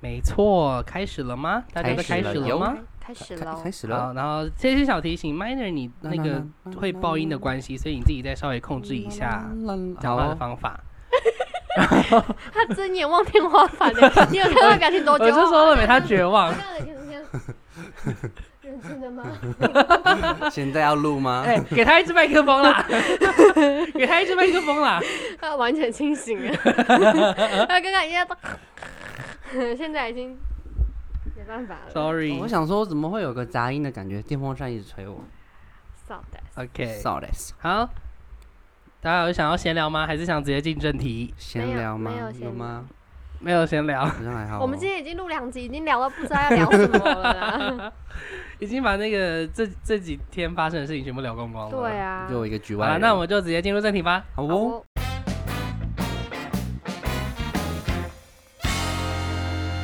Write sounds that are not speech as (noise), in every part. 没错，开始了吗？大家都开开始了始了有吗？开始开喽开！始好，了，然后这些小提醒，minor 你啦那个啦啦会啦爆音的啦关系，所以你自己再稍微控制一下啦啦讲话的好哦方法。他睁眼望天花板的，你有看他表情多我久？就说了没，他绝望。 (laughs) 他这样的眼神这样认真的吗？ (laughs) 现在要录吗？哎，给他一支麦克风啦， (laughs) 给他一支麦克风啦。他完全清醒了，他刚刚已经在 (laughs) 现在已经没办法了。 Sorry，我想说，怎么会有个杂音的感觉？电风扇一直吹我。少的， OK， s o r r y 好。大家有想要闲聊吗？还是想直接进正题？闲聊吗没有？有吗？没有闲聊，好像还好哦。我们今天已经录两集，已经聊到不知道要聊什么了啦。已经把那个这这几天发生的事情全部聊光光了。对啊，又有一个局好外了，人。那我们就直接进入正题吧。好好哦。哦，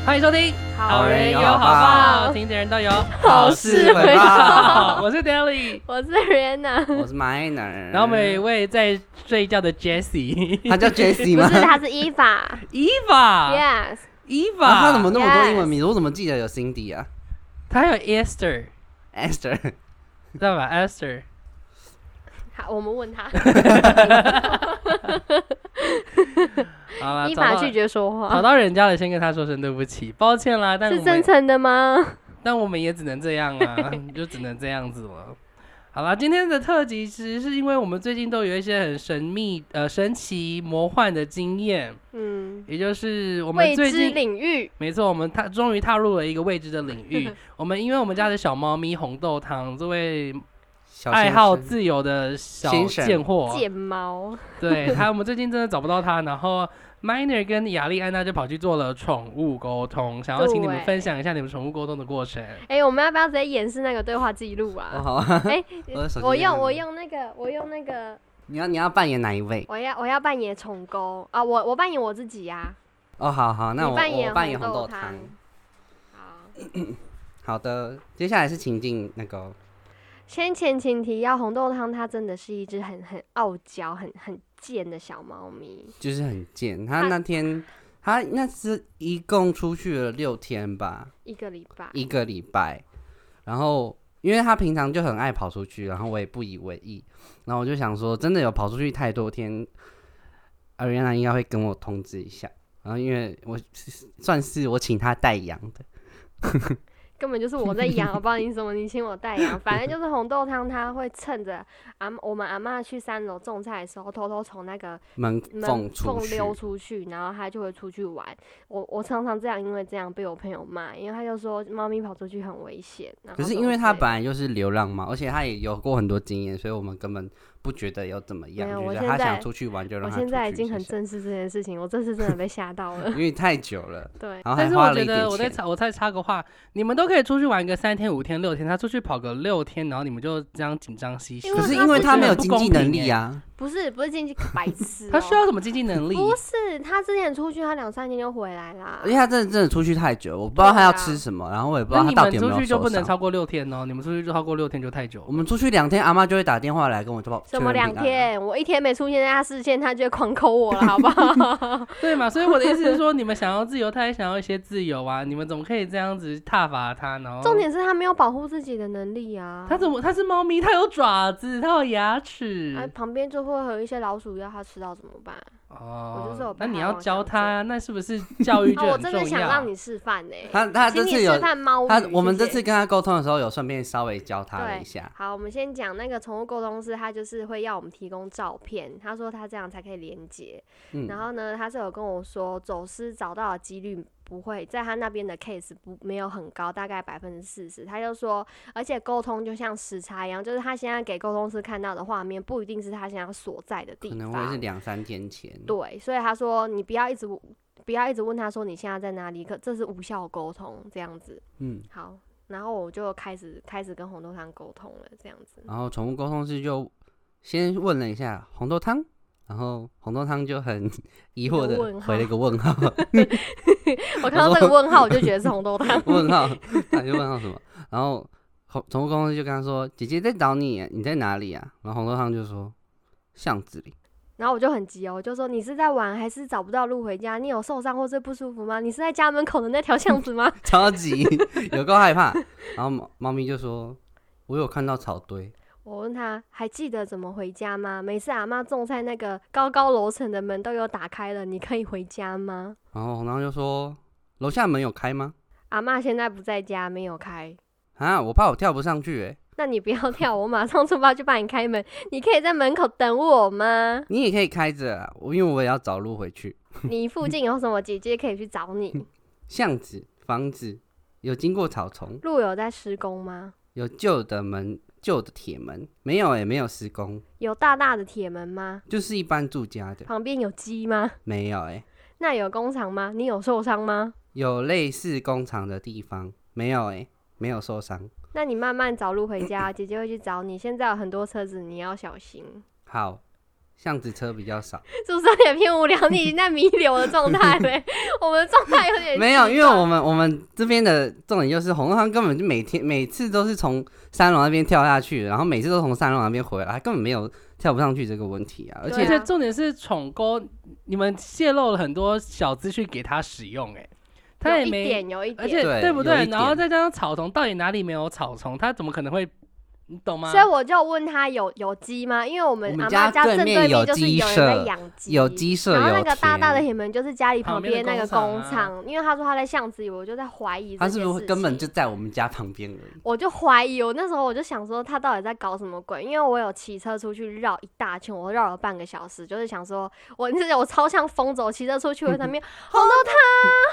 欢迎收听《好人有好好报报，听的人都有好事回报。我是 Daily，我是 Rihanna，我是 Minor，然后每位在睡觉的 Jessie，他叫 Jesse 不吗？是，他是 Eva。 Eva，Eva， Yes，啊他怎么那么多 Yes 英文名字？我怎么记得有 Cindy 啊他还有 Esther， ？Esther，知道吧？Esther，好，我们问他。好了，伊啊找法到拒绝说找话，到人家了，先跟他说声对不起，抱歉啦，但是我真们诚的吗？但我们也只能这样 (laughs) 啊，就只能这样子了。好啦，今天的特辑其实是因为我们最近都有一些很神秘、呃神奇、魔幻的经验，嗯，也就是我们未最知近领域，没错，我们踏终于踏入了一个未知的领域。我们因为我们家的小猫咪红豆汤这位小爱先好生自由的小先生贱货，贱猫，对他，我们最近真的找不到他，然后 Miner 跟雅丽安娜就跑去做了宠物沟通，想要请你们对分享一下你们宠物沟通的过程。哎，我们要不要直接演示那个对话记录哦 (laughs) 啊？好啊，哎，我的手机我在那用我里用那个，我用那个，你要你要扮演哪一位？我要我要扮演宠沟啊，我我扮演我自己呀，哦，好好，那你我扮我扮演红红豆汤汤。。好，好的，接下来是情境那个先前情提要，红豆汤它真的是一只很很傲娇、很很贱的小猫咪。就是很贱，他他那天他那是一共出去了六天吧，一个礼拜，一个礼拜，然后因为他平常就很爱跑出去，然后我也不以为意，然后我就想说，真的有跑出去太多天，阿原来应该会跟我通知一下。然后因为我是算是我请他代养的，根本就是我在养，啊我不知道你什么，你请我 (laughs) 代养。反正就是红豆汤，它会趁着阿我们阿妈去三楼种菜的时候，偷偷从那个门门缝出缝去，溜出去，然后它就会出去玩。我我常常这样，因为这样被我朋友骂，因为他就说猫咪跑出去很危险。然后可是什因么为之他类本来就是流浪猫，而且他也有过很多经验，所以我们根本不觉得有怎么样，没有就我是现他想在出去玩就我让他出去现在已经很一下正视这件事情，我这次真的被吓到了 (laughs) (laughs) 。因为太久了，对，然后但还是花我了觉一点得我再钱。插我再插个话，你们都可以出去玩个三天、五天、六天，他出去跑个六天，然后你们就这样紧张兮兮。因为可是他因为不他是没有很不经公济能平力欸，啊，不是不是进去白痴哦、他需要什么经济能力？不是他之前出去，他两三天就回来啦而。且他真的真的出去太久，我不知道他要吃什么，然后我也不知啊那道他你到们底有没出有去就受不能伤。嗯超过六天哦，你们出去就超过六天就太久我。们出去两天，阿妈就会打电话来跟我报什么两？天？我一天没出现在他视线，他就会狂抠我了，好不哦好？对嘛？所以我的意思是说，你们想要自由，他也想要一些自由啊。你们总可以这样子踏伐他，然后 (laughs) 重点是他没有保护自己的能力啊。它怎么？它是猫咪，它有爪子，它有牙哎，齿。旁边就会有一些老鼠，要他吃到怎么办？我就是有哦，那办法你要让我教想它，那是不是教育就 (laughs) 哦，我很真的重想要让？你示范 (laughs) 呢、他他请这你次示有范猫语。他，我们谢这谢次跟他沟通的时候，有顺便稍微教他了一下。好，我们先讲那个宠物沟通师，他就是会要我们提供照片，他说他这样才可以连接。嗯然后呢，他是有跟我说，走失找到的几率不会在他那边的 case 不没有很高，大概百分之四十。他就说，而且沟通就像时差一样，就是他现在给沟通师看到的画面，不一定是他现在所在的地可能方，会是两三天前，对，所以他说你不要一直不要一直问他说你现在在哪里，可这是无效沟通这样子。嗯，好，然后我就开始开始跟红豆汤沟通了，这样 (laughs) 子。然后宠物沟通师就先问了一下红豆汤，然后红豆汤就很疑惑一个问的号回了一个问号，。我看到这个问号，我就觉得是红豆汤 (laughs) 问号，他就问号什么？然后红宠物沟通师就跟他说：“姐姐在找你，你在哪里啊？”然后红豆汤就说：“巷子里。” (laughs) (laughs) 然后我就很急哦，我就说你是在玩还是找不到路回家？你有受伤或是不舒服吗？你是在家门口的那条巷子吗？ (laughs) 超级有够害怕。然后猫猫咪就说：“我有看到草堆，我问他还记得怎么回家吗？每次阿妈种菜那个高高楼层的门都有打开了，你可以回家吗？然后红糖就说：楼下门有开吗？阿妈现在不在家，没有开。啊，我怕我跳不上去、欸，诶，那你不要 (laughs) 跳，我马上出发去帮你开门。你可以在门口等我吗？你也可以开着、啊，我因为我也要找路回去。你附近有什么姐姐可以去找你？巷子、房子有经过草丛，路有在施工吗？有旧的门、旧的铁门，没有欸诶、没有施工，有大大的铁门吗？就是一般住家的，旁边有鸡吗？ (laughs) 没有欸诶、那有工厂吗？你有受伤吗？有类似工厂的地方，没有诶、欸没有受伤。那你慢慢找路回家， (clears throat) 姐姐会去找你。现在有很多车子，你要小心。好，巷子车比较少，是不是有点偏无聊？你已经在弥留的状态 (laughs) 嘞，我们的状态有点没有，奇因为怪我们我们这边的重点就是红汤根本就每天每次都是从三楼那边跳下去，然后每次都从三楼那边回来，根本没有跳不上去这个问题啊。而对而且啊且重点是宠沟，你们泄露了很多小资讯给他使用、哎，他有也一没，点有一而点。且对不有对一？然后点再加上草丛，到底哪里没有草丛？他怎么可能会，你懂吗？所以我就问他有有鸡吗？因为我我们阿们妈家正对对面有就是鸡有人舍在养鸡，有鸡舍然后那有个大大的田，铁门就是家里旁旁边边的那个工工厂啊厂，因为他说他在巷子里，我就在怀疑这它件事是情。不是根本就在我们家旁边而 (laughs) 已？我就怀疑，我那时候我就想说他到底在搞什么鬼，因为我有骑车出去绕一大圈，我绕了半个小时，就是想说我那时候我超像疯子，我骑车出去我在 (laughs) 那边红豆汤，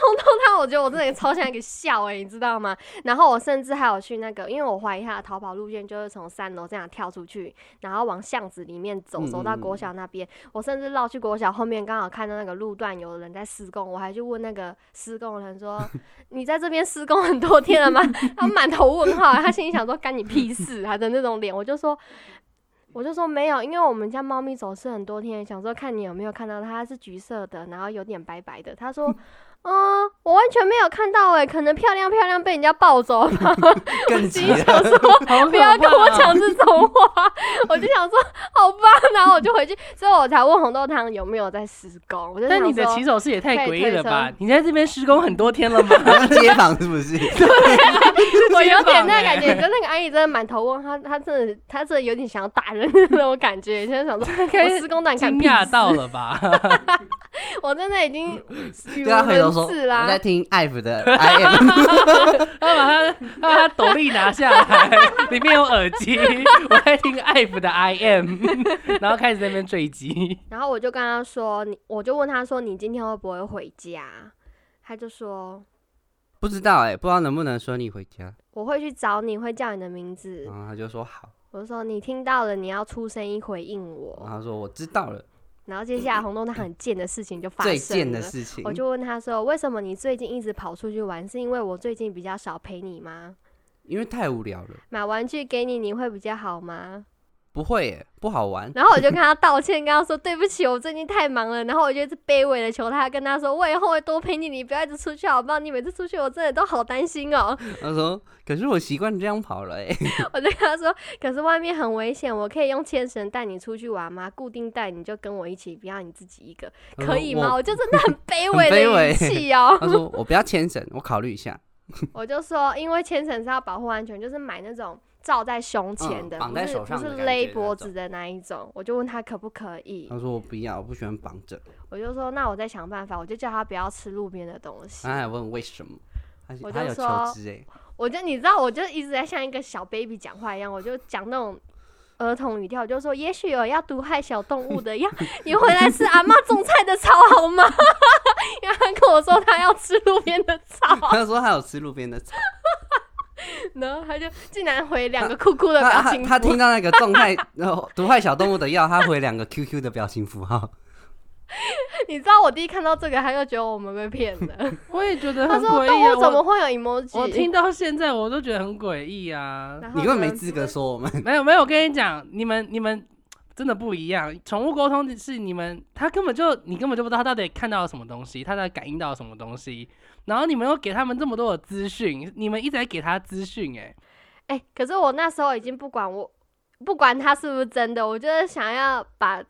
红豆汤，我觉得我真的超像一个笑哎、你知道吗？然后我甚至还有去那个，因为我怀疑他的逃跑路线就是从三楼这样跳出去，然后往巷子里面走，嗯走到嗯嗯国小那边，我甚至绕去国小后面，刚好看到那个路段有人在施工，我还去问那个施工的 (laughs) 人说：“你在这边施工很多天了吗？” (laughs) 他满头问号，啊他心里想说：“干你屁事啊！”的那种脸，我就说。我就说没有，因为我们家猫咪走失很多天，想说看你有没有看到它，它是橘色的，然后有点白白的。他说，嗯，我完全没有看到诶、可能漂亮漂亮被人家抱走 (laughs) 了吧。更心急里了，想说，好可不要跟我怕哦讲这种话， (laughs) 我就想说好吧，然后我就回去，所以我才问红豆汤有没有在施工。我就但想你的说骑手是也太可诡以异推了吧车？你在这边施工很多天了吗？街坊是不是？ (laughs) 我有肩点膀那欸感觉，就那个阿姨真的满头问号，她她真的她真的有点想要打人的那种感觉，现在想说我施工短 (laughs) 看惊屁讶事，到了 (laughs) 吧？我真的已经 (laughs) 语对他啊啊无回头说伦我次在啦。听 IVE 的 I (laughs) M，他把他他把他斗笠拿下来，里面有耳机， (laughs) 我在听 IVE 的 I M，然 (laughs) 后开始在那边追击。然后我就跟她说，你我就问她说你今天会不会回家？她就说不知道哎、不知道能不能顺利回家。我会去找你，会叫你的名字然。后他就说好，我就说你听到了，你要出声音回应我。然后他说我知道了，然后接下来红豆汤很贱的事情就发生最了。贱的事情我，就问他说：“为什么你最近一直跑出去玩？是因为我最近比较少陪你吗？因为太无聊了，买玩具给你，你会比较好吗 (laughs) 不会、欸，不好玩？”。然后我就跟他道歉，跟他说：“对不起，我最近太忙了。”然后我就一直卑微的求他，跟他说：“我以后会多陪你，你不要一直出去好不好？你每次出去我真的都好担心哦。他说可是我习惯这样跑了哎、欸，” (laughs) 我就跟他说：“可是外面很危险，我可以用牵绳带你出去玩吗？固定带你就跟我一起，不要你自己一个，他可说以我吗？”我就真的很卑很微卑的微语气哦。 (laughs) 他说我不要牵绳，我考虑一下，我就说，因为牵绳是要保护安全，就是买那种罩在胸前的，嗯绑在手上不的是感不是觉勒那脖种嗯子的那一种。我就问他可不可以，他说我不要，我不喜欢绑着。我就说那我再想办法，我就叫他不要吃路边的东西。他还问为什么，他我他就有求说知哎、我就你知道，我就一直在像一个小 baby 讲话一样，我就讲那种。儿童语调我就说，也许有要毒害小动物的样， (laughs) 你回来吃阿妈种菜的草好吗？ (laughs) 因为他跟我说他要吃路边的草，他说他有吃路边的草，然后他就竟然回两个酷酷的他表他情他符听到那个动态，然后毒害小动物的药，他回两个 QQ 的表情符号，你知道我弟看到这个，他就觉得我们被骗 (laughs) 了。我也觉得他很说诡动异、啊。物怎么我会有 emoji？我听到现在我都觉得很诡异啊。然后你根本没呢资格说我们。 (laughs) 没有没有，我跟你讲，你们你们真的不一样。宠物沟通是你们，他根本就你根本就不知道他到底看到了什么东西，他到底感应到了什么东西。然后你们又给他们这么多的资讯，你们一直在给他资讯， (laughs) 哎，哎、可是我那时候已经不管我不管他是不是真的，我就是想要把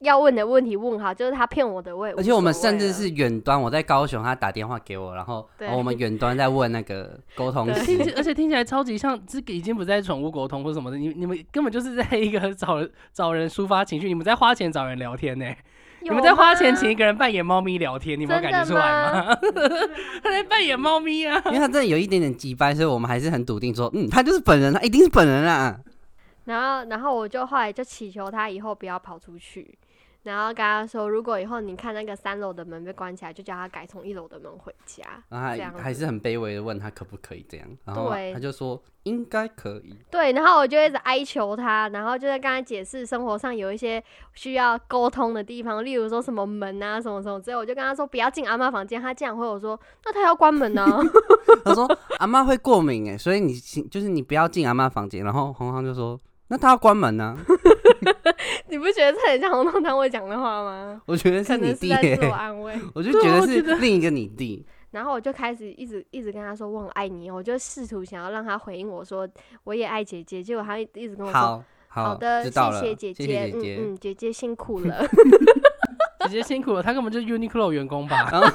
要问的问题问好，就是他骗我的，我也无而且我们所谓甚至了是远端，我在高雄，他打电话给我，然后对然后我们远端在问那个沟通对听师，起，而且听起来超级像，这个已经不在宠物沟通或什么的，你你们根本就是在一个找人 (laughs) 找人抒发情绪，你们在花钱找人聊天呢、哎你们在花钱请一个人扮演猫咪聊天，你们有啊感觉真的出来 (laughs) 吗？他在扮演猫咪啊， (laughs) 因为他真的有一点点鸡掰，所以我们还是很笃定说，嗯，他就是本人，他一定是本人啊。然后，然后我就后来就祈求他以后不要跑出去，然后跟他说，如果以后你看那个三楼的门被关起来，就叫他改从一楼的门回家。然后这他样还子是很卑微的问他可不可以这样，然后对他就说应该可以。对，然后我就一直哀求他，然后就在跟他解释生活上有一些需要沟通的地方，例如说什么门啊，什么什么之类，我就跟他说不要进阿妈房间，他竟然回我说，那他要关门呢、 (laughs) 他说阿妈会过敏哎，所以你请就是你不要进阿妈房间。然后红航就说那他要关门啊呢、你不觉得这很像红彤堂会讲的话吗？ (laughs) 我觉得可是你能是弟、在自欸，我 (laughs) 安慰。我就对觉啊得我觉是得另一个你弟。然后我就开始一直一直跟他说我很爱你哦，我就试图想要让他回应我说我也爱姐姐，结果他一一直 (laughs) 跟我说好好的，知谢道了，谢姐谢谢姐姐。嗯嗯，姐姐辛苦 (laughs) 了。姐姐辛苦了，他根本就是 Uniqlo 员工吧？ (laughs) 然后，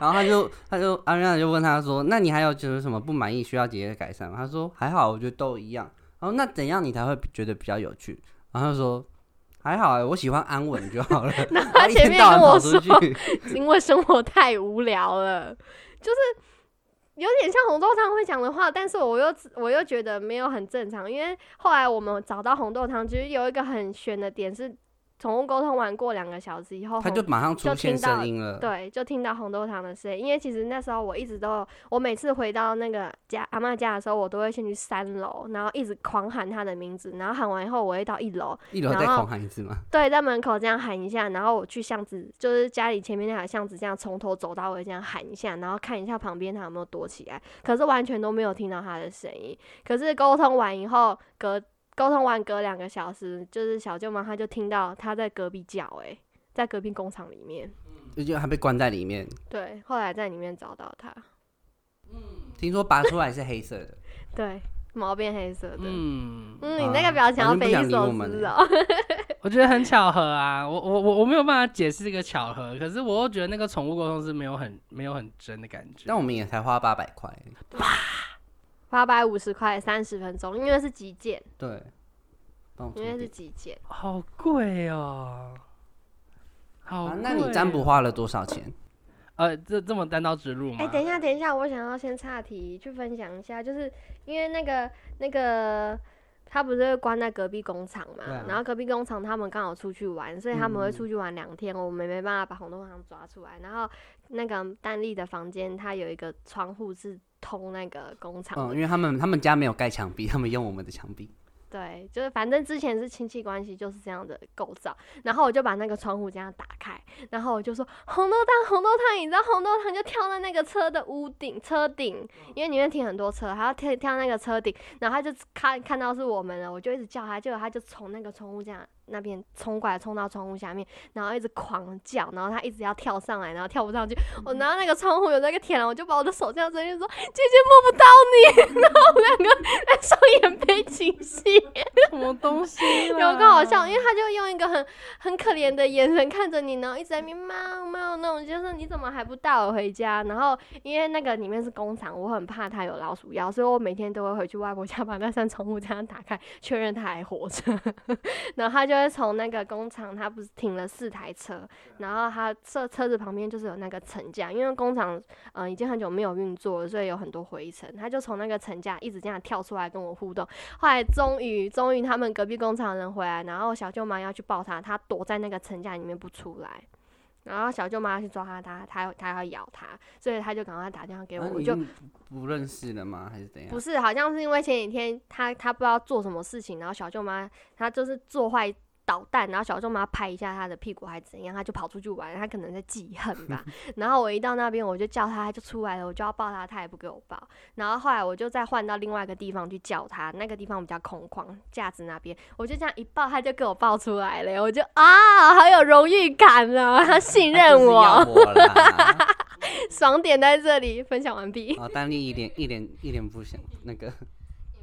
然后他就他就阿瑞娜就问他说：“那你还有就是什么不满意需要姐姐改善吗？”他说：“还好，我觉得都一样。”然后那怎样你才会觉得比较有趣？然后他说：“还好、欸，我喜欢安稳就好了。” (laughs) 然后他一前天面到晚跟我跑出说 (laughs) 去，因为生活太无聊了，就是有点像红豆汤会讲的话，但是我又我又觉得没有很正常，因为后来我们找到红豆汤，其实有一个很悬的点是，宠物沟通完过两个小时以后，他红就马上出就现听到声音了。对，就听到红豆汤的声音，因为其实那时候我一直都有，我每次回到那个家阿嬷家的时候，我都会先去三楼，然后一直狂喊她的名字，然后喊完以后，我会到一楼，一楼然再后狂喊一次嘛。对，在门口这样喊一下，然后我去巷子，就是家里前面那条巷子，这样从头走到尾，这样喊一下，然后看一下旁边他有没有躲起来。可是完全都没有听到他的声音。可是沟通完以后，隔沟通完隔两个小时，就是小舅妈她就听到他在隔壁叫、欸，诶，在隔壁工厂里面。就就还被关在里面。对，后来在里面找到他，听说拔出来是黑色 (laughs) 的，对，毛变黑色的。嗯嗯，你那啊个表情完要全不匪想夷理所我们思欸哦、我觉得很巧合啊， (laughs) 我我我我没有办法解释这个巧合，可是我又觉得那个宠物沟通是没有很没有很真的感觉。但我们也才花八百块。八百五十块三十分钟，因为是急件，对，帮我因充为电是急件。好贵哦，好啊贵、，那你占卜花了多少钱？呃，这这么单刀直入吗？哎、等一下，等一下，我想要先岔题去分享一下，就是因为那个那个他不是关在隔壁工厂嘛，对啊然后隔壁工厂他们刚好出去玩，所以他们嗯会出去玩两天，我们没办法把红豆汤抓出来。然后那个丹丽的房间，它有一个窗户是通那个工厂嗯，的，因为他们他们家没有盖墙壁，他们用我们的墙壁。对，就是反正之前是亲戚关系就是这样的构造，然后我就把那个窗户这样打开，然后我就说红豆汤，红豆汤，你知道红豆汤就跳到那个车的屋顶车顶，因为里面停很多车，他要跳跳那个车顶，然后他就看看到是我们了，我就一直叫他，结果他就从那个窗户这样那边冲过来，冲到窗户下面，然后一直狂叫，然后他一直要跳上来，然后跳不上去，我拿到那个窗户有那个铁栏，我就把我的手这样伸进去说姐姐摸不到你，然后我们两个 (laughs) 在双眼被惊喜。什么东西？啊有个好笑，因为他就用一个很很可怜的眼神看着你，然后一直在那边喵喵那种，就是你怎么还不带我回家？然后因为那个里面是工厂，我很怕它有老鼠药，所以我每天都会回去外婆家把 (laughs) 那扇窗户这样打开，确认它还活着。 (laughs) 然后他就会从那个工厂，他不是停了四台车，啊然后他车车子旁边就是有那个层架，因为工厂嗯、呃已经很久没有运作了，所以有很多灰尘，他就从那个层架一直这样跳出来跟我互动。后来终于终于他们隔壁工厂的人回来，然后小舅妈要去抱他，他躲在那个层架里面不出来。然后小舅妈要去抓他，他他他要咬他，所以他就赶快打电话给我，啊我你就已经不不认识了吗？还是怎样不？是，好像是因为前几天他他不知道做什么事情，然后小舅妈她就是做坏捣蛋，然后小舅妈拍一下他的屁股还怎样，他就跑出去玩，他可能在记 (laughs) 恨吧。然后我一到那边我就叫他，他就出来了，我就要抱他，他也不给我抱。然后后来我就再换到另外一个地方去叫他，那个地方比较空旷，架子那边，我就这样一抱，他就给我抱出来了，我就啊，好有荣誉感啊，他 (laughs) 信他就任是我要，我啦！ (laughs) 爽点在这里，分享完毕。哦，丹丽一脸一脸一脸不想那个，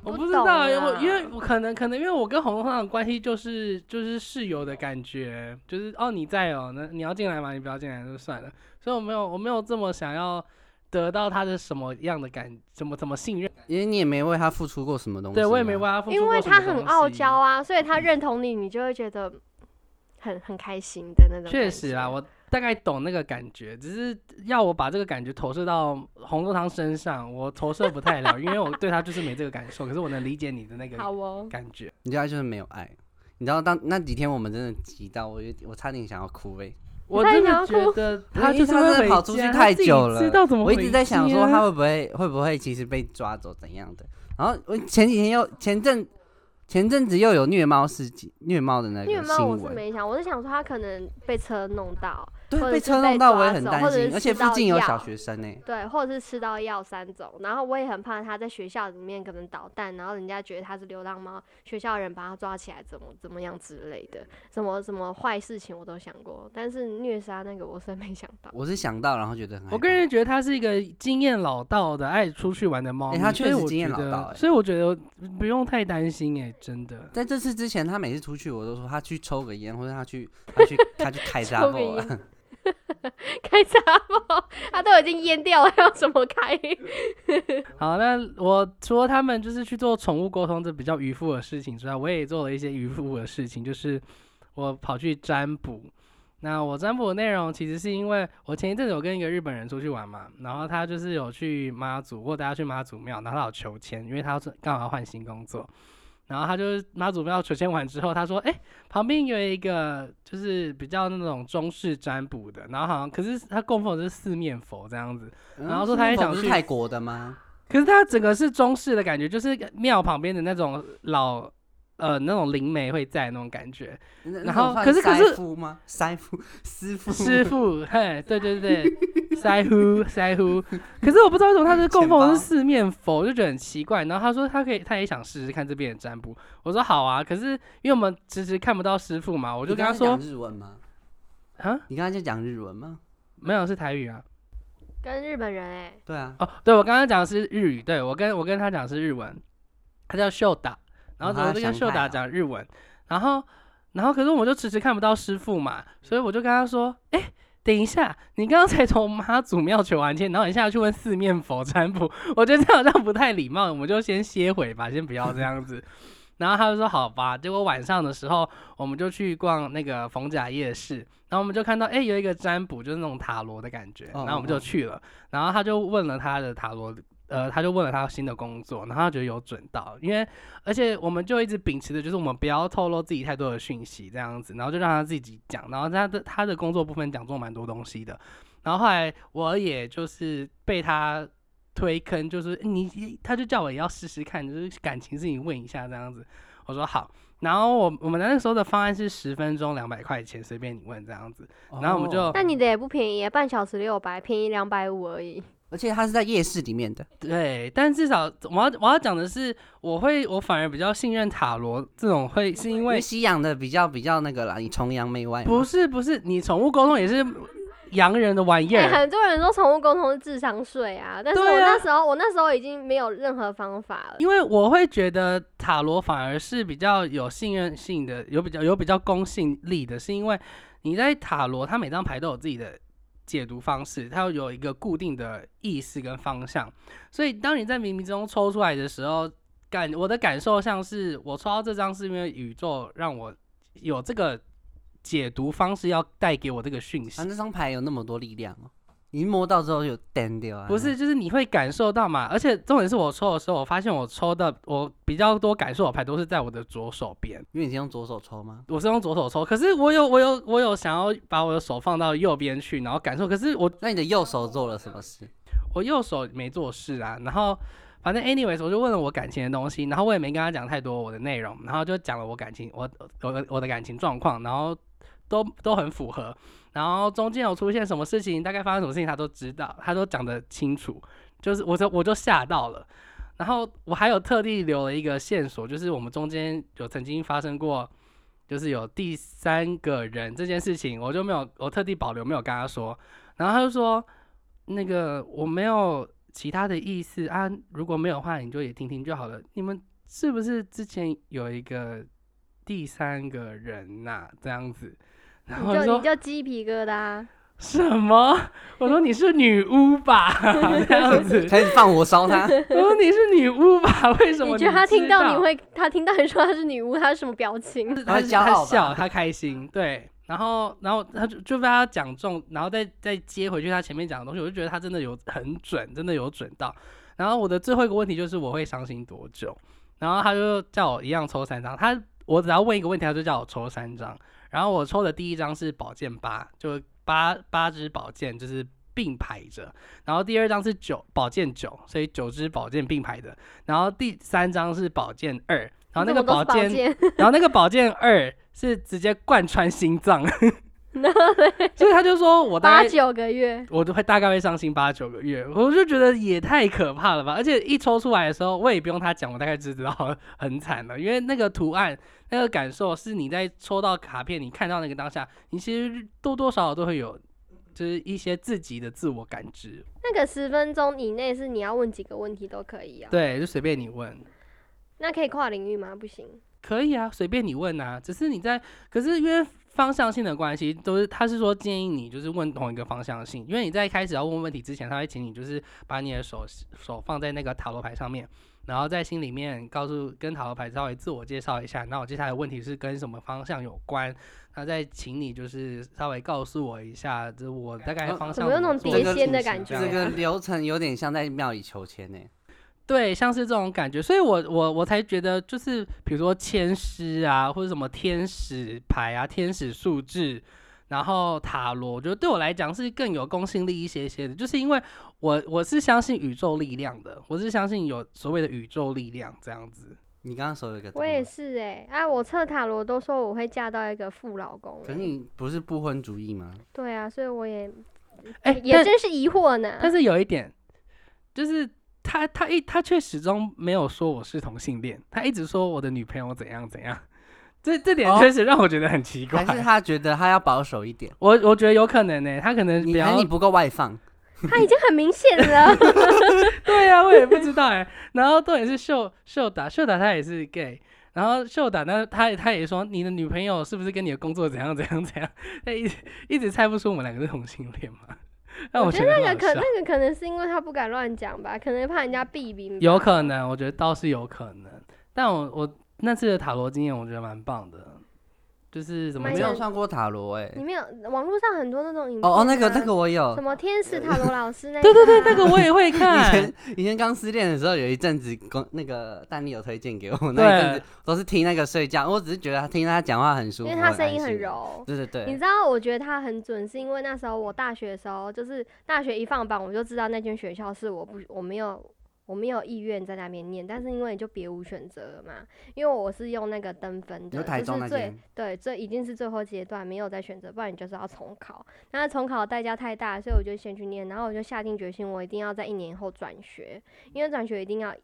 我不不知懂啊道欸，我啦因为我可能可能因为我跟红红的关系就是就是室友的感觉，就是哦你在哦，那你要进来嘛，你不要进来就算了，所以我没有我没有这么想要得到他的什么样的感，怎么怎么信任，因为你也没为他付出过什么东西、对我也没为。他付出因过为什他么很东傲西娇，啊，所以他认同你，你就会觉得很很开心的那种感觉。确实啦，我大概懂那个感觉，只是要我把这个感觉投射到红豆汤身上，我投射不太了，因为我对他就是没这个感受，可是我能理解你的那个好哦，感觉。你知道就是没有爱。你知道当那几天我们真的急到我有，我差点想要哭哎、我太真的难觉过得因他为就是他真会的回跑出家去他太自己久知了道怎么我一回啊直在想说家他会不会会不会其实被抓走怎样的。然后我前几天又前阵前阵子又有虐猫事情，虐猫的那虐个猫我新是闻，没想，我是想说他可能被车弄到，或对，者被是车被弄到抓我也很走担或者心，是而且附吃到近有药小学生哎、对，或者是吃到药三种，然后我也很怕他在学校里面可能捣蛋，然后人家觉得他是流浪猫，学校人把他抓起来怎么怎么样之类的，什么什么坏事情我都想过，但是虐杀那个我是没想到。 (laughs) 我是想到然后觉得很害我个怕人觉得他是一个经验老道的爱出去玩的猫欸咪，它所以确实我经验觉老得道欸所以我觉得不用太担心哎、真的。在这次之前，他每次出去，我都说他去抽个烟，或者他去他去他去开闸抽 (laughs) 个货嗯了。烟开闸吗？ (laughs) 他都已经淹掉了，要怎么开？ (laughs) 好，那我除了他们就是去做宠物沟通这比较渔夫的事情之外，我也做了一些渔夫的事情，就是我跑去占卜。那我占卜的内容其实是因为我前一阵子有跟一个日本人出去玩嘛，然后他就是有去妈祖，或大家去妈祖庙，然后他有求签，因为他是刚好要换新工作，然后他就是妈祖庙求签完之后，他说：“哎、旁边有一个就是比较那种中式占卜的，然后好像可是他供奉的是四面佛这样子，然后说他也想不是去泰国的吗？可是它整个是中式的感觉，就是庙旁边的那种老呃那种灵媒会在那种感 (laughs) 觉。那然那种后算可是可塞是夫吗？塞夫师傅师傅，嘿，对对对， (laughs) 腮乎腮乎。可是我不知道为什么他是供奉的是四面佛，我就觉得很奇怪。然后他说他可以，他也想试试看这边的占卜。我说好啊，可是因为我们迟迟看不到师傅嘛，我我就跟他讲说日文吗？啊，你刚才就讲日文吗？没有是台语啊。跟日本人哎、对啊，哦，对我刚刚讲的是日语，对我跟我跟他讲的是日文，他叫秀达，然哦后我他就想跟秀太达了讲日文，然后然后可是我就迟迟看不到师傅嘛，所以我就跟他说，哎、等一下，你刚刚才从妈祖庙求完签，然后你现在去问四面佛占卜，我觉得这样好像不太礼貌，我们就先歇会吧，先不要这样子。 (laughs) 然后他就说好吧，结果晚上的时候，我们就去逛那个逢甲夜市，然后我们就看到哎、诶有一个占卜，就是那种塔罗的感觉，哦然后我们哦就哦去了，然后他就问了他的塔罗，呃，他就问了他新的工作，然后他觉得有准到，因为而且我们就一直秉持的就是我们不要透露自己太多的讯息这样子，然后就让他自己讲，然后他的他的工作部分讲做蛮多东西的，然后后来我也就是被他推坑，就是你他就叫我也要试试看，就是感情事情问一下这样子，我说好。然后我我们那时候的方案是十分钟两百块钱，随便你问这样子。然后我们就哦那你的也不便宜、啊，半小时六百，便宜两百五而已。而且他是在夜市里面的，对，但至少我要我要讲的是，我会我反而比较信任塔罗这种会，是因因为为西洋的比较比较那个啦，你崇洋媚外嘛。不是不是，你宠物沟通也是洋人的玩意 (laughs) 哎、儿。很多人说宠物沟通是智商税啊，但是对我啊那时候、我那时候已经没有任何方法了。因为我会觉得塔罗反而是比较有信任性的，有比较有比较公信力的，是因为你在塔罗，它每张牌都有自己的解读方式，它有一个固定的意思跟方向，所以当你在冥冥中抽出来的时候，感我的感受像是我抽到这张是因为宇宙让我有这个解读方式要带给我这个讯息啊，，那张牌有那么多力量哦，你一摸到之后有单掉啊。不是，就是你会感受到嘛。而且重点是我抽的时候，我发现我抽的我比较多感受的牌都是在我的左手边，因为你是用左手抽吗？我是用左手抽。可是我有我有我有想要把我的手放到右边去，然后感受。可是我那你的右手做了什 (laughs) 么事？我右手没做事啊，然后。反正，anyways，我就问了我感情的东西，然后我也没跟他讲太多我的内容，然后就讲了我感情，我我的我的感情状况，然后都都很符合，然后中间有出现什么事情，大概发生什么事情，他都知道，他都讲得清楚，就是我就我就吓到了。然后我还有特地留了一个线索，就是我们中间有曾经发生过，就是有第三个人这件事情，我就没有，我特地保留没有跟他说。然后他就说，那个我没有其他的意思啊，如果没有的话，你就也听听就好了。你们是不是之前有一个第三个人呐、这样子？然后你我就你说就鸡皮疙瘩，啊什么？我说你是女巫 (laughs) 吧，这样子。开始放火烧他，我说你是女巫吧？为什么你觉得他听知到你会，他听到你说他是女巫，他是什么表情？ (laughs) 他他骄傲他吧笑，他开心，对。然后，然后他就就被他讲中，然后再再接回去他前面讲的东西，我就觉得他真的有很准，真的有准到。然后我的最后一个问题就是我会伤心多久？然后他就叫我一样抽三张，他我只要问一个问题，他就叫我抽三张。然后我抽的第一张是宝剑八，就八八支宝剑就是并排着。然后第二张是九宝剑九，所以九支宝剑并排的。然后第三张是宝剑二，然后那个怎么都是宝剑 (laughs) 然后那个宝剑二是直接贯穿心脏， (laughs) 所以他就说我大八概九个月，我都会大概会伤心八九个月，我就觉得也太可怕了吧！而且一抽出来的时候，我也不用他讲，我大概就知道很惨了，因为那个图案、那个感受是你在抽到卡片，你看到那个当下，你其实多多少少都会有，就是一些自己的自我感知。那个十分钟以内是你要问几个问题都可以啊。对，就随便你问。那可以跨领域吗？不行。可以啊，随便你问啊。只是你在，可是因为方向性的关系，都是他是说建议你就是问同一个方向性，因为你在开始要问问题之前，他会请你就是把你的手手放在那个塔罗牌上面，然后在心里面告诉跟塔罗牌稍微自我介绍一下，那我接下来的问题是跟什么方向有关，那再请你就是稍微告诉我一下，就是我大概呃方哦怎向么有那怎么种做碟这个仙事的情感这觉样这个流程有点像在庙里求签呢。对，像是这种感觉，所以我我我才觉得，就是比如说签诗啊，或者什么天使牌啊、天使数字，然后塔罗，我觉得对我来讲是更有公信力一些些的，就是因为我我是相信宇宙力量的，我是相信有所谓的宇宙力量这样子。你刚刚手有一个，我也，是哎、啊，我测塔罗都说我会嫁到一个富老公、可是欸。你不是不婚主 (laughs) 义吗？对啊，所以我也哎、也但真是疑惑呢。但是有一点，就是他他一他却始终没有说我是同性恋，他一直说我的女朋友怎样怎样，这这点哦确实让我觉得很奇怪。还是他觉得他要保守一点？我我觉得有可能呢、他可能比你还较是你不够外放，他已经很明显 (laughs) 了，对呀、我也不知道哎、然后重点是秀秀达，秀达他也是 gay，然后秀达呢，他也他也说你的女朋友是不是跟你的工作怎样怎样怎样，他一直一直猜不出我们两个是同性恋嘛。让我觉觉得很那好个可笑那个可能是因为他不敢乱讲吧，可能怕人家避名。有可能，我觉得倒是有可能。但我我那次的塔罗经验，我觉得蛮棒的，就是怎么蛮没讲有有算过塔罗哎。哎你没有网络上很多那种影片、啊哦哦，那个那个我有什，么天使塔罗老师那对对对，个啊那个我也会以看前。以前刚失恋的时候，有一阵子公那个丹尼有推荐给 (laughs) 我，那一阵子对都是听那个睡觉，我只是觉得他听他讲话很舒服，因为他声音安很心。柔。对对你知对，道，我觉得他很准，是因为那时候我大学的时候，就是大学一放榜，我就知道那间学校是我不我没有我没有意愿在那边念，但是因为你就别无选择了嘛，因为我是用那个登分有的，台就中是那最间，对最已经是最后阶段，没有再选择，不然你就是要重考。那重考的代价太大，所以我就先去念，然后我就下定决心，我一定要在一年后转学，因为转学一定要。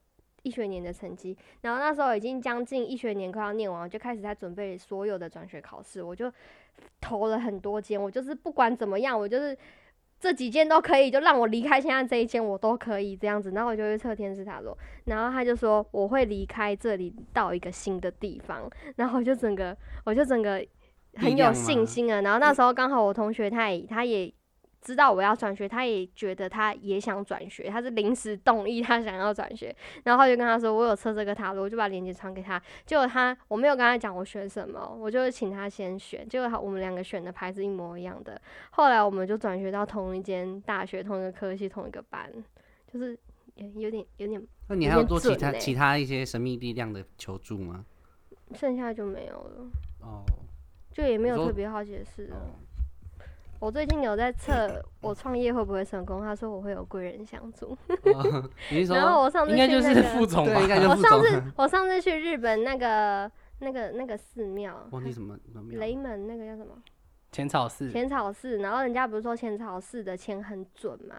一学年的成绩，然后那时候已经将近一学年快要念完，我就开始在准备所有的转学考试，我就投了很多间，我就是不管怎么样，我就是这几间都可以，就让我离开现在这一间，我都可以这样子。然后我就去测天使塔罗，然后他就说我会离开这里到一个新的地方，然后我就整个我就整个很有信心啊。然后那时候刚好我同学他也他也。知道我要转学，他也觉得他也想转学，他是临时动议他想要转学，然后就跟他说我有测这个塔罗，我就把链接传给他，结果他我没有跟他讲我选什么，我就请他先选，结果他我们两个选的牌是一模一样的。后来我们就转学到同一间大学、同一个科系、同一个班，就是也有点有点，那你有还有点做其准他欸其他一些神秘力量的求助吗？剩下就没有了，哦，就也没有你说特别好解释了。哦我最近有在测我创业会不会成功，他说我会有贵人相助，哦你是然后说我上次应该去就那是个副总吧对，应，该就我副上总。 (laughs) 次我上次去日本那个那个那个寺庙，忘记什么什么庙雷门那个叫什么？浅草寺。浅草寺，然后人家不是说浅草寺的签很准吗？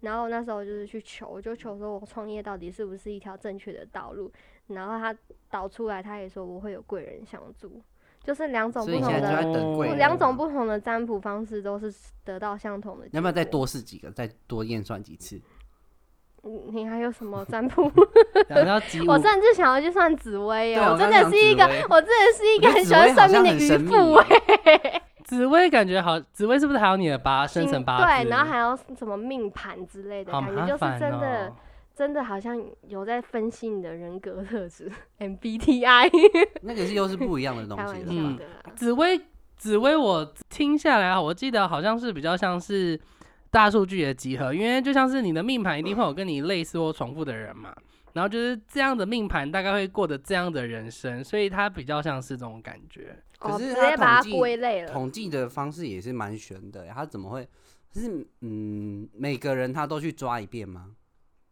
然后那时候就是去求，我就求说我创业到底是不是一条正确的道路。然后他导出来，他也说我会有贵人相助，就是两种所不以你现在就在同的哦等贵人两种吗，不同的占卜方式都是得到相同的。你要不要再？多试几个，再多验算几次？嗯你还有 (laughs) 什么占卜？然后要集我五甚至想要去算紫薇耶，对啊我真的是一个我刚想紫，我真的是一个我觉得很喜欢算命的紫渔薇好像很夫神哎。紫薇感觉好，紫薇是不是还有你的八生辰八字？对，然后还有什么命盘之类的，好感觉麻就是烦真的哦。真的好像有在分析你的人格特质 (laughs) ，MBTI，那个是又是不一样的东 (laughs) 开西玩了嗯吧？笑的啊啦。紫薇，紫薇，我听下来啊，我记得好像是比较像是大数据的集合，因为就像是你的命盘一定会有跟你类似或重复的人嘛，然后就是这样的命盘大概会过着这样的人生，所以它比较像是这种感觉。哦，可是直他接把统它计归类了。统计的方式也是蛮悬的，欸他怎么会？是嗯，每个人他都去抓一遍吗？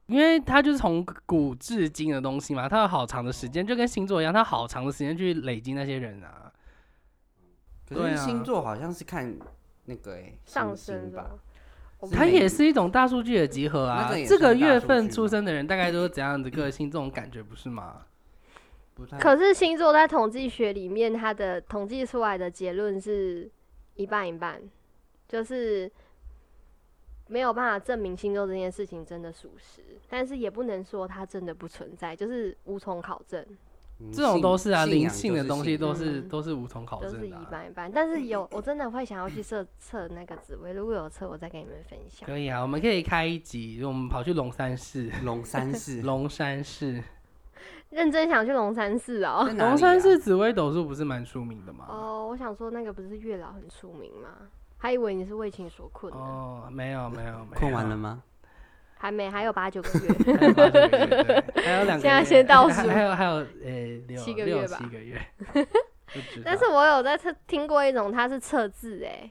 因为它就是从古至今的东西嘛，它有好长的时间，就跟星座一样，它好长的时间去累积那些人啊。可对啊是星座好像是看那个哎上星升哦星吧，我不它每也是一种大数据的集合啊那个也。这算个大月数份据出吗生的人大概都是怎样的个性，这种感觉不是吗？嗯不太可是星座在统计学里面，它的统计出来的结论是一半一半，就是没有办法证明星座这件事情真的属实，但是也不能说它真的不存在，就是无从考证，嗯这种都是啊，信灵仰性就的是东西信仰都是嗯都是无哦从考就证是的一啊。半一半。但是 (laughs) 有，我真的会想要去测测那个紫薇，如果有测，我再跟你们分享。可以啊，我们可以开一集，我们跑去龙山寺，龙 (laughs) 山寺龙山寺，认真想去龙山寺哦。 (laughs) 在哪龙里山啊寺紫微斗数不是蛮出名的吗？哦，我想说那个不是月老很出名吗？还以为你是为情所困呢，哦，没有没有没有，困完了吗？还没，还有八九个 (laughs) 月。还有八九个月，对还有两个月，现在先倒数还还有还有呃六七个六月吧七个 (laughs) 月，不知啊但道是我有在测听过一种，它是测字哎、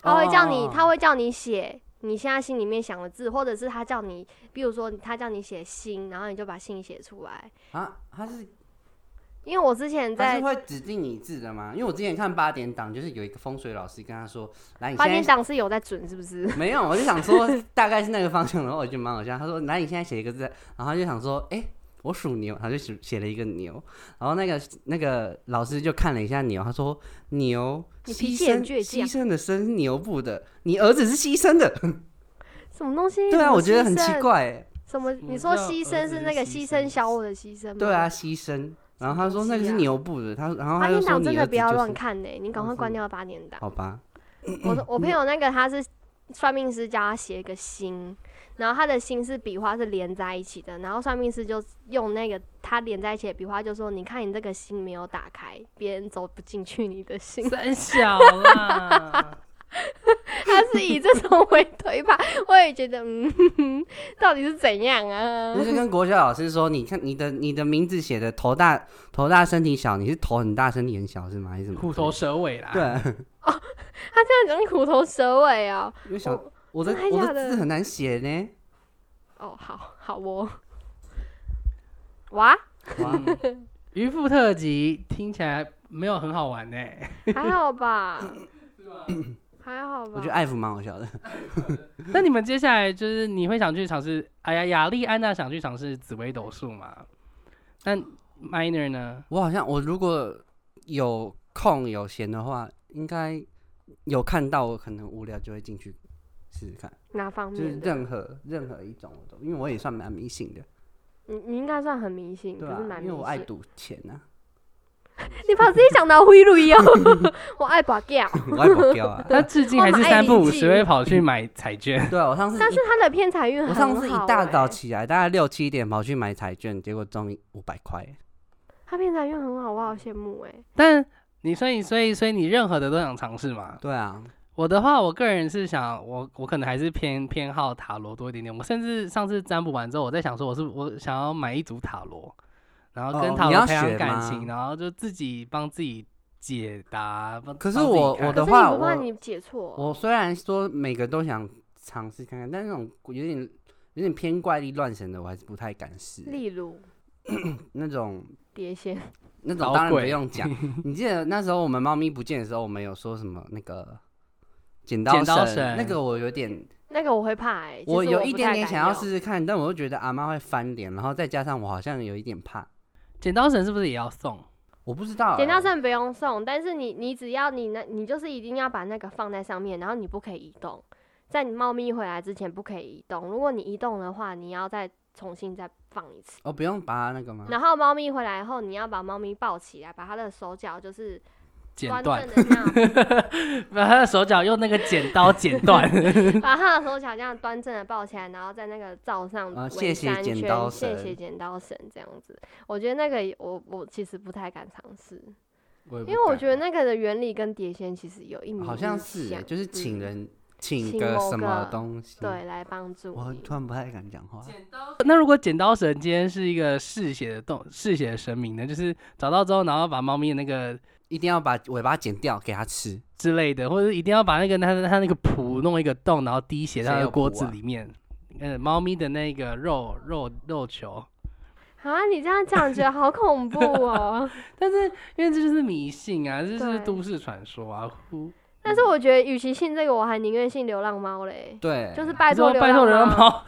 他会叫你，哦他会叫你写你现在心里面想的字，或者是他叫你，比如说他叫你写心，然后你就把心写出来。啊，他是因为我之前他是在会指定你字的吗？因为我之前看八点档，就是有一个风水老师跟他说，来你八点现在档是有在准，是不是？ (laughs) 没有，我就想说大概是那个方向，然后我觉得蛮好笑。他说来你现在写一个字，然后他就想说，哎、我属牛，他就写写了一个牛，然后那个那个老师就看了一下牛，他说牛，你脾牺气很牲倔强牺牲的生是牛部的，你儿子是牺牲的，什么东西？对什啊，么我觉得牺很奇牲。怪、欸，什么？么你说叫牺儿牲子是那个牺牺牲，牲小我的牺牲吗？对啊，。牺牲。然后他说那个是啊牛部的，他然后八他就点说档你真儿的子不要就是乱看啊呢、你赶儿快子关掉八点档。好吧，我嗯的我朋友那个他是算命师叫他写一个心，然后他的心是笔画是连在一起的，然后算命师就用那个他连在一起的笔画就说，你看你这个心没有打开，别人走不进去你的心 (laughs) 三小啦，他是以这种为推吧，我也觉得嗯， (laughs) 到底是怎样啊那？就跟国小老师说，你看你的你的名字写的头大头大身体小，你是头很大身体很小是吗？还是什么？虎头蛇尾啦，对，啊，他这样讲虎头蛇尾哦，因为小我的真的我假的的字很难 (laughs) 写呢。哦好好哦，哇，哇，嗯渔夫特辑听起来没有很好玩 (laughs) 呢、还 (coughs) 好吧，还好吧，我觉得艾弗蛮好笑的。那你们接下来就是你会想去尝试？哎呀，雅丽安娜想去尝试紫微斗数嘛？那 Miner 呢？我好像我如果有空有闲的话，应该有看到我可能无聊就会进去试试看，哪方就是面的？任何任何一种我都，因为我也算蛮迷信的，你你应该算很迷信，对不是啊，蛮因为迷我爱信。赌钱啊， (laughs) 你把自己讲到灰绿哦， (laughs) 我爱把 g 我爱保镖啊，他至今还是我买三不五礼时记会跑去买彩券，对啊，我上次但一是他的偏财运 (laughs) 我很好、欸。上次一大早起来，大概六七点跑去买彩券，结果中五百块。他偏财运很好，我好羡慕哎、但你所以所以所以你任何的都想尝试嘛？对啊，我的话，我个人是想，我我可能还是偏偏好塔罗多一点点。我甚至上次占卜完之后，我在想说，我是我想要买一组塔罗，然后跟哦塔你罗要培养学感吗情，然后就自己帮自己解答。帮可是帮自己我看我可的是话你不我怕你解错？我虽然说每个都想尝试看看，但是那种有点有点偏怪力乱神的，我还是不太敢试。例如那种碟仙，那老种当然不鬼 (laughs) 用讲。你记得那时候我们猫咪不见的时候，我们有说什么那个剪刀剪刀那绳个我有点，那个我会怕哎、其实我有不一点太点敢想要用试。试看，但我又觉得阿妈会翻脸，然后再加上我好像有一点怕，剪刀神是不是也要送？我不知道剪刀欸绳不用送，但是你你只要你那，你就是一定要把那个放在上面，然后你不可以移动，在你猫咪回来之前不可以移动。如果你移动的话，你要在重新再放一次。哦，不用拔那个吗？然后猫咪回来后，你要把猫咪抱起来，把它的手脚就是剪端断正，的 (laughs) 这样，把他的 (laughs) 手脚用那个剪刀剪 (laughs) 断。把它的手脚这样端正的抱起来，然后在那个罩上啊围谢谢三剪圈刀谢谢神剪刀绳这样子。我觉得那个我我其实不太敢尝试，因因为我觉得那个的原理跟碟仙其实有一模好像一是欸，样就是请嗯人请请个某什么个东西。，对来帮助我你突然不太敢讲话。 (laughs) 那如果剪刀神今天是一个嗜血的动嗜血的神明呢，就是找到之后，然后把猫咪的那个一定要把尾巴剪掉给它吃，之类的，或者一定要把那个它它那个蹼弄一个洞，然后滴血到谁那有个锅蹼子啊里面。呃，猫咪的那个肉肉肉球，啊！你这样讲觉得好恐怖 (laughs) 哦。但是因为这就是迷信啊，这就是对都市传说啊。呼但是我觉得，与其信这个，我还宁愿信流浪猫嘞。对，啊就是拜你说托拜托流浪浪。猫，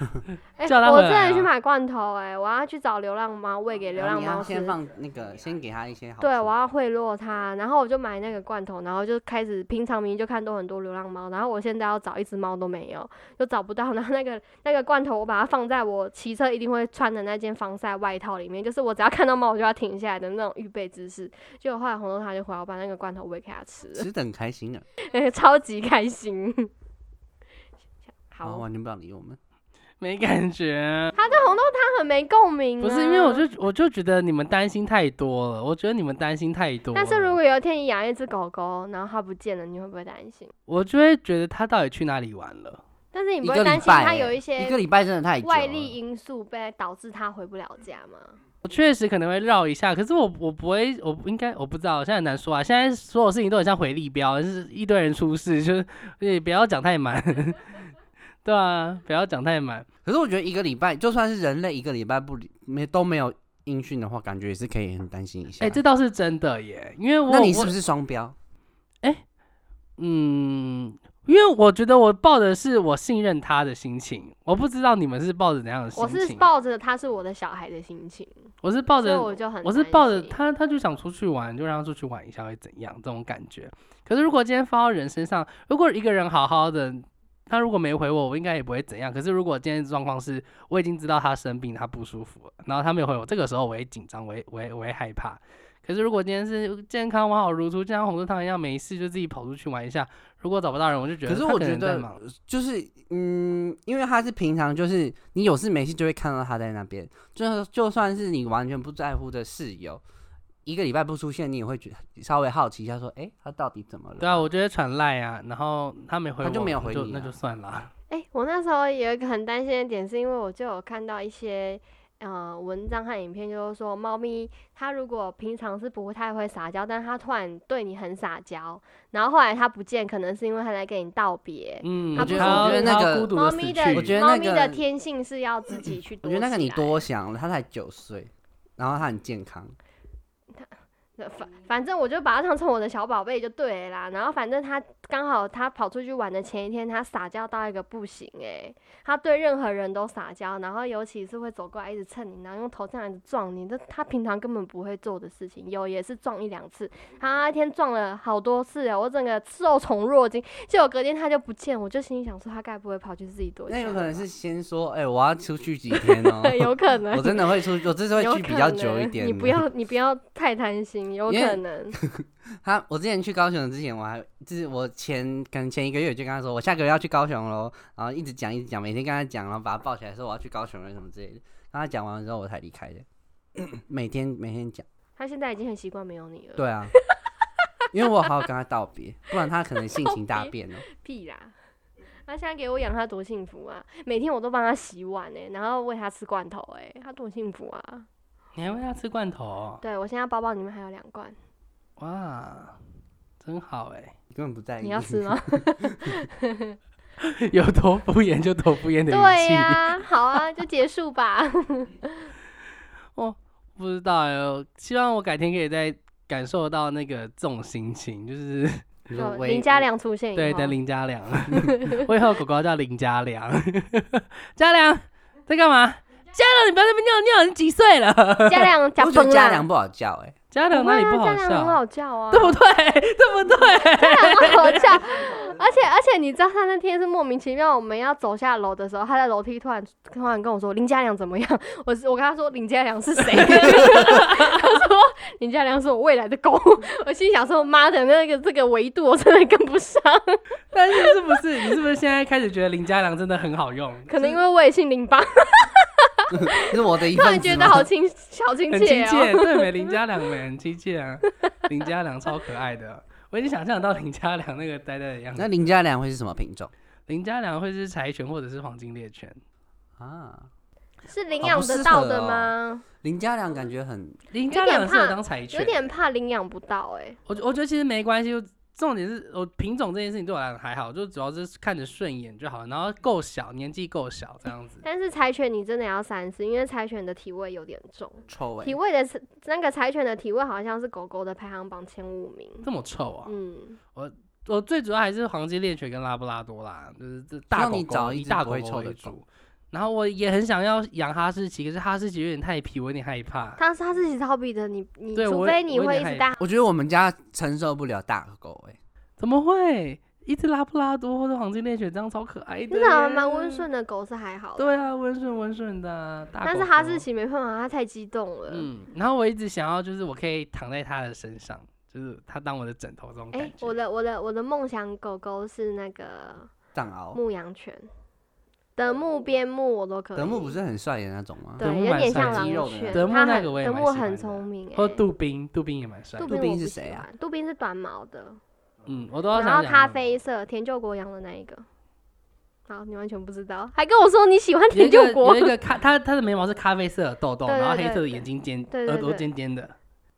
哎、叫它我回真来的去啊买罐头哎、我要去找流浪猫喂给流然后哦浪你要猫吃先。放那个，先给它一些好吃的。对，我要贿赂它，然后我就买那个罐头，然后就开始平常明明就看到很多流浪猫，然后我现在要找一只猫都没有，就找不到。 (laughs) 然后那个那个罐头，我把它放在我骑车一定会穿的那件防晒外套里面，就是我只要看到猫我就要停下来的那种预备姿势。结果后来红豆它就回来，我把那个罐头喂给它吃了，吃的很开心的。 (laughs) 超级开心。然后好，完全不想理我们。没感觉。它对红豆它很没共鸣、啊。不是因为我就我就觉得你们担心太多了，我觉得你们担心太多了。但是如果有一天你养一只狗狗，然后它不见了，你会不会担心？我就会觉得它到底去哪里玩了。但是你一不个会礼担心拜它欸，有一一些个礼拜真的太久外了力因素被导致它回不了家吗？我确实可能会绕一下，可是我我不会，我不应该我不知道，现在很难说啊。现在所有事情都很像回力镖，就是一堆人出事，就是也不要讲太满， (laughs) 对啊，不要讲太满。可是我觉得一个礼拜，就算是人类一个礼拜不理没都没有音讯的话，感觉也是可以很担心一下。哎、这倒是真的耶，因为我那你是我不是双标？嗯，因为我觉得我抱的是我信任他的心情，我不知道你们是抱着怎样的心我情。是抱着它是我的小孩的心情，我是抱所以着我就很我是抱着担心他，他就想出去玩，就让他出去玩一下会怎样这种感觉。可是如果今天放到人身上，如果一个人好好的，他如果没回我，我应该也不会怎样。可是如果今天状况是我已经知道他生病，他不舒服了，然后他没有回我，这个时候我会紧张，我会我会我会害怕。可是如果今天是健康完好如初，就像红豆汤一样没事，就自己跑出去玩一下。如果找不到人，我就觉得可是他我能觉在得忙就是嗯，因为他是平常就是你有事没事就会看到他在那边，就就算是你完全不在乎的室友，一个礼拜不出现，你也会觉得稍微好奇一下，说，哎、他到底怎么了？对啊，我就会传赖啊，然后他没回我，他就没有回那就你那啊就算了。哎、我那时候有一个很担心的点，是因为我就有看到一些呃文章和影片，就是说猫咪它如果平常是不太会撒娇，但它突然对你很撒娇，然后后来它不见，可能是因为它在跟你道别。嗯，他不他是我觉得他那个孤独猫的死咪去，的我觉得猫那咪个嗯的天性是要自己去我躲觉得起来。那个你多想了，他才九岁，然后他很健康，那反反正我就把它当成我的小宝贝就对了啦。然后反正它刚好它跑出去玩的前一天，它撒娇到一个不行诶、它对任何人都撒娇，然后尤其是会走过来一直蹭你，然后用头这样子撞你，这它平常根本不会做的事情，有也是撞一两次。它那天撞了好多次哦，我整个受宠若惊。结果隔天它就不见，我就心里想说它该不会跑去自己躲起那来了有吧？可能是先说，哎、我要出去几天哦、对， (laughs) 有可 (laughs) 能我。真的会出，我这次会有去比可较久一能点的。你不要，你不要太贪心，有因为可能。他，我之前去高雄之前，我还就是我前可能前一个月就跟他说，我下个月要去高雄喽，然后一直讲一直讲，每天跟他讲，然后把他抱起来说我要去高雄了什么之类的。跟他讲完之后，我才离开的。每天每天讲，他现在已经很习惯没有你了。对 (laughs) 啊，因为我好好跟他道别，不然他可能性情大变哦、屁啦！他现在给我养，他多幸福啊！每天我都帮他洗碗哎、然后喂他吃罐头哎、他多幸福啊！你还喂它吃罐头哦、对我现在包包里面还有两罐，哇，真好哎、根本不在意。你要吃吗？ (laughs) 有多敷衍就多敷衍 (laughs) 的语对气。呀、好啊，就结束吧。不知道哎、希望我改天可以再感受到那个这种心情，就是 (laughs) 你就说林喂家良出现以后，对，等林家 (laughs) 良，我以后狗狗叫林家良， (laughs) 家良在干嘛？家良，你不要在那边尿尿，你几岁了？ (laughs) 家良加我觉得崩家良啦，不好叫哎、家长哪里不会好啊家长很笑？好叫啊，对不对？ (laughs) 对不对？ (laughs) 很好笑。而且而且你知道他那天是莫名其妙，我们要走下楼的时候，他在楼梯突然突然跟我说林家良怎么样？ (laughs) 我是我跟他说林家良是谁？ (laughs) 他说林家良是我未来的狗。我心想说妈的那个这个维度我真的跟不上， (laughs) 但是是不是你是不是现在开始觉得林家良真的很好用？可能因为我也姓林吧，是我的一 (laughs) 突然份觉子得吗。好亲好亲很亲切哦、切，对没？林家良没很亲切啊，林家良超可爱的，我已经想象到林家良那个呆呆的样 (laughs) 那子。林家良会是什么品种林家良会是柴犬或者是黄金猎犬，啊？是领好养不适得合到的哦吗？林家良感觉很林家良有点是怕有当柴犬有，点怕领养不到哎、我觉我觉得其实没关系，重点是我品种这件事情对我来讲还好，就主要是看着顺眼就好，然后够小，年纪够小这样子。但是柴犬你真的要三思，因为柴犬的体味有点重。臭欸体味，味的是那个柴犬的体味好像是狗狗的排行榜前五名。这么臭啊！嗯，我最主要还是黄金猎犬跟拉布拉多啦，就是这大那狗你狗找以一只大不狗会狗臭为的主狗。然后我也很想要养哈士奇，可是哈士奇有点太皮，我有点害怕。但是它自己超比的，你你对除我非你我有会点一害直带，我觉得我们家承受不了大狗哎、怎么会？一只拉布拉多或者黄金猎犬这样超可爱的，真的啊蛮温。顺的狗是还好的，啊对啊，温顺温顺的啊。大但是狗哈狗士奇没办法，它太激动了。嗯，然后我一直想要，就是我可以躺在它的身上，就是它当我的枕头这种哎、感觉。我的我的我的梦想狗狗是那个藏獒。牧羊犬，德牧、边牧我都可以。德牧不是很帅的那种吗？德牧对，有蛮点帅像的狼肌肉的种那犬，它德牧那很个我也德蛮牧喜欢很的聪明、欸。或杜宾，杜宾也蛮帅的。杜杜宾宾我是不谁喜啊欢？杜宾是短毛的，嗯，我都要然想后养咖那种啡色，田救国养的那一个。好，你完全不知道，还跟我说你喜欢有田一个救国有一。个咖，它它的眉毛是咖啡色的痘痘，对然后对黑色的对眼睛尖，对对耳朵对尖尖的。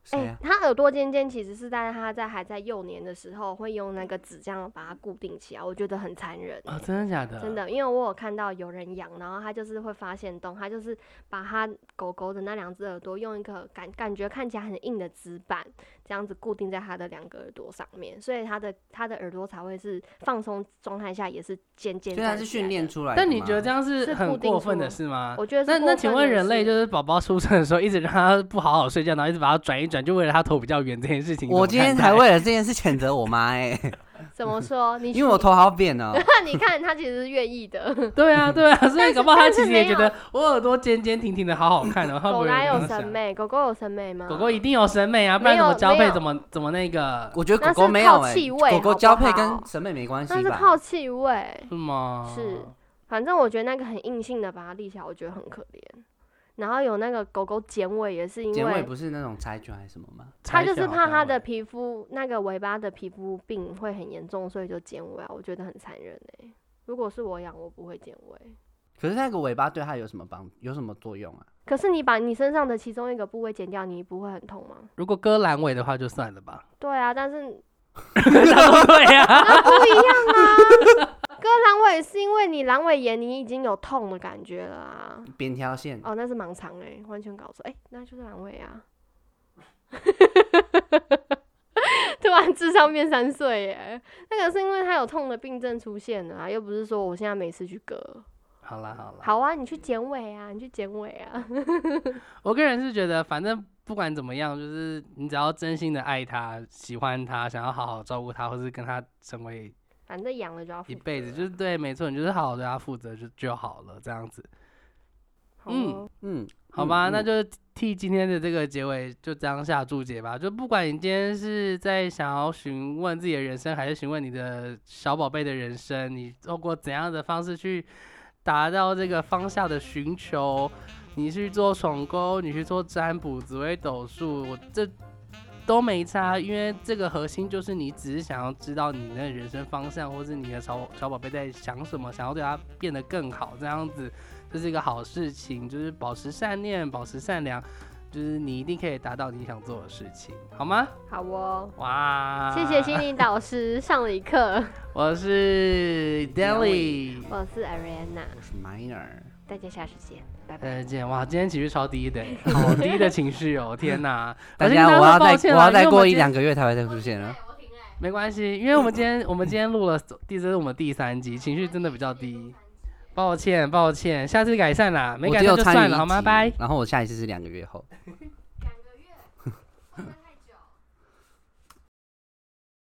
谁啊哎啊呀、、它耳朵尖尖其实是在它在还在幼年的时候会用那个纸这样把它固定起来，我觉得很残忍。啊？真的假的？真。的，因为我有看到有人养，然后他就是会发现洞，他就是把他狗狗的那两只耳朵用一个感感觉看起来很硬的纸板，这样子固定在它的两个耳朵上面，所以它的它的耳朵才会是放松状态下也是尖尖虽然站起来的。是训练出来的吗，但你觉得这样是是很固定过分住的事啊吗？我觉得是那过那请分问的人类事就是宝宝出生的时候，一直让他不好好睡觉，然后一直把他转一转，就为了他头比较圆这件事情。我今天才问， (laughs) 为了这件事谴责我妈哎、怎么说？(laughs) 你因为我头好扁 (laughs) 哦、那你看他其实是愿意的， (laughs) 对啊对啊，所以搞但是不好他但其是实也没觉得我耳朵尖尖挺挺的，好好看 (laughs) 哦。他不狗会哪这有样审想美？狗狗有审美吗？狗狗一定有审美啊，不然没怎么有交没配？有怎么怎么那个？我觉得那狗狗是没靠有哎、气味狗好狗不交配好跟审美没关系那是吧？靠气味。是吗？是反正我觉得那个很硬性的把它立起来，我觉得很可怜。然后有那个狗狗剪尾也是因剪尾为不是那种柴犬还是什么吗？它柴就是犬好怕像它会的皮肤那个尾巴的皮肤病会很严重，所以就剪尾啊，我觉得很残忍哎、如果是我养，我不会剪尾。可是那个尾巴对它有什么帮有什么作用啊？可是你把你身上的其中一个部位剪掉，你不会很痛吗？如果割阑尾的话就算了 (laughs) 吧，对啊，但是对呀， (laughs) 那不一样啊。割阑尾是因为你阑尾炎，你已经有痛的感觉了啊。扁条线，哦，那是盲肠哎、完全搞错哎、那就是阑尾啊。 (laughs) 突然智商变三岁耶，那个是因为他有痛的病症出现了啊，又不是说我现在没事去割。好啦好啦，好啊，你去剪尾啊，你去剪尾啊。 (laughs) 我个人是觉得，反正不管怎么样，就是你只要真心的爱它、喜欢它，想要好好照顾它，或是跟它成为反正养了就要负一责辈子，就是对，没错，你就是好好对它负责就就好了，这样子，好哦嗯，好嗯吧？嗯那就替今天的这个结尾就这样下注解吧。就不管你今天是在想要询问自己的人生，还是询问你的小宝贝的人生，你透过怎样的方式去达到这个方向的寻求，你去做爽钩，你去做占卜、紫微斗数，我这都没差，因为这个核心就是你只是想要知道你的人生方向，或是你的小小宝贝在想什么，想要对他变得更好，这样子这是一个好事情，就是保持善念，保持善良，就是你一定可以达到你想做的事情，好吗？好哦，哇，谢谢心，灵导师上了一课，我是 Deli，我是 Ariana，我是 Minor，大家下次见，拜拜。再见！哇，呃今天情绪超低 (laughs) 的，好低的情绪哦，天 (laughs) 哪！大先家跟我说要抱再歉我啦要因为再我过们一今天两个月才会再出现了。没关系，因为我们今天我们今天录了第这是我们第三集，情绪真的比较低，抱歉抱歉，下次改善啦，没我改只有善就参算与了一好吗？集拜。然后我下一次是两个月后。 (laughs)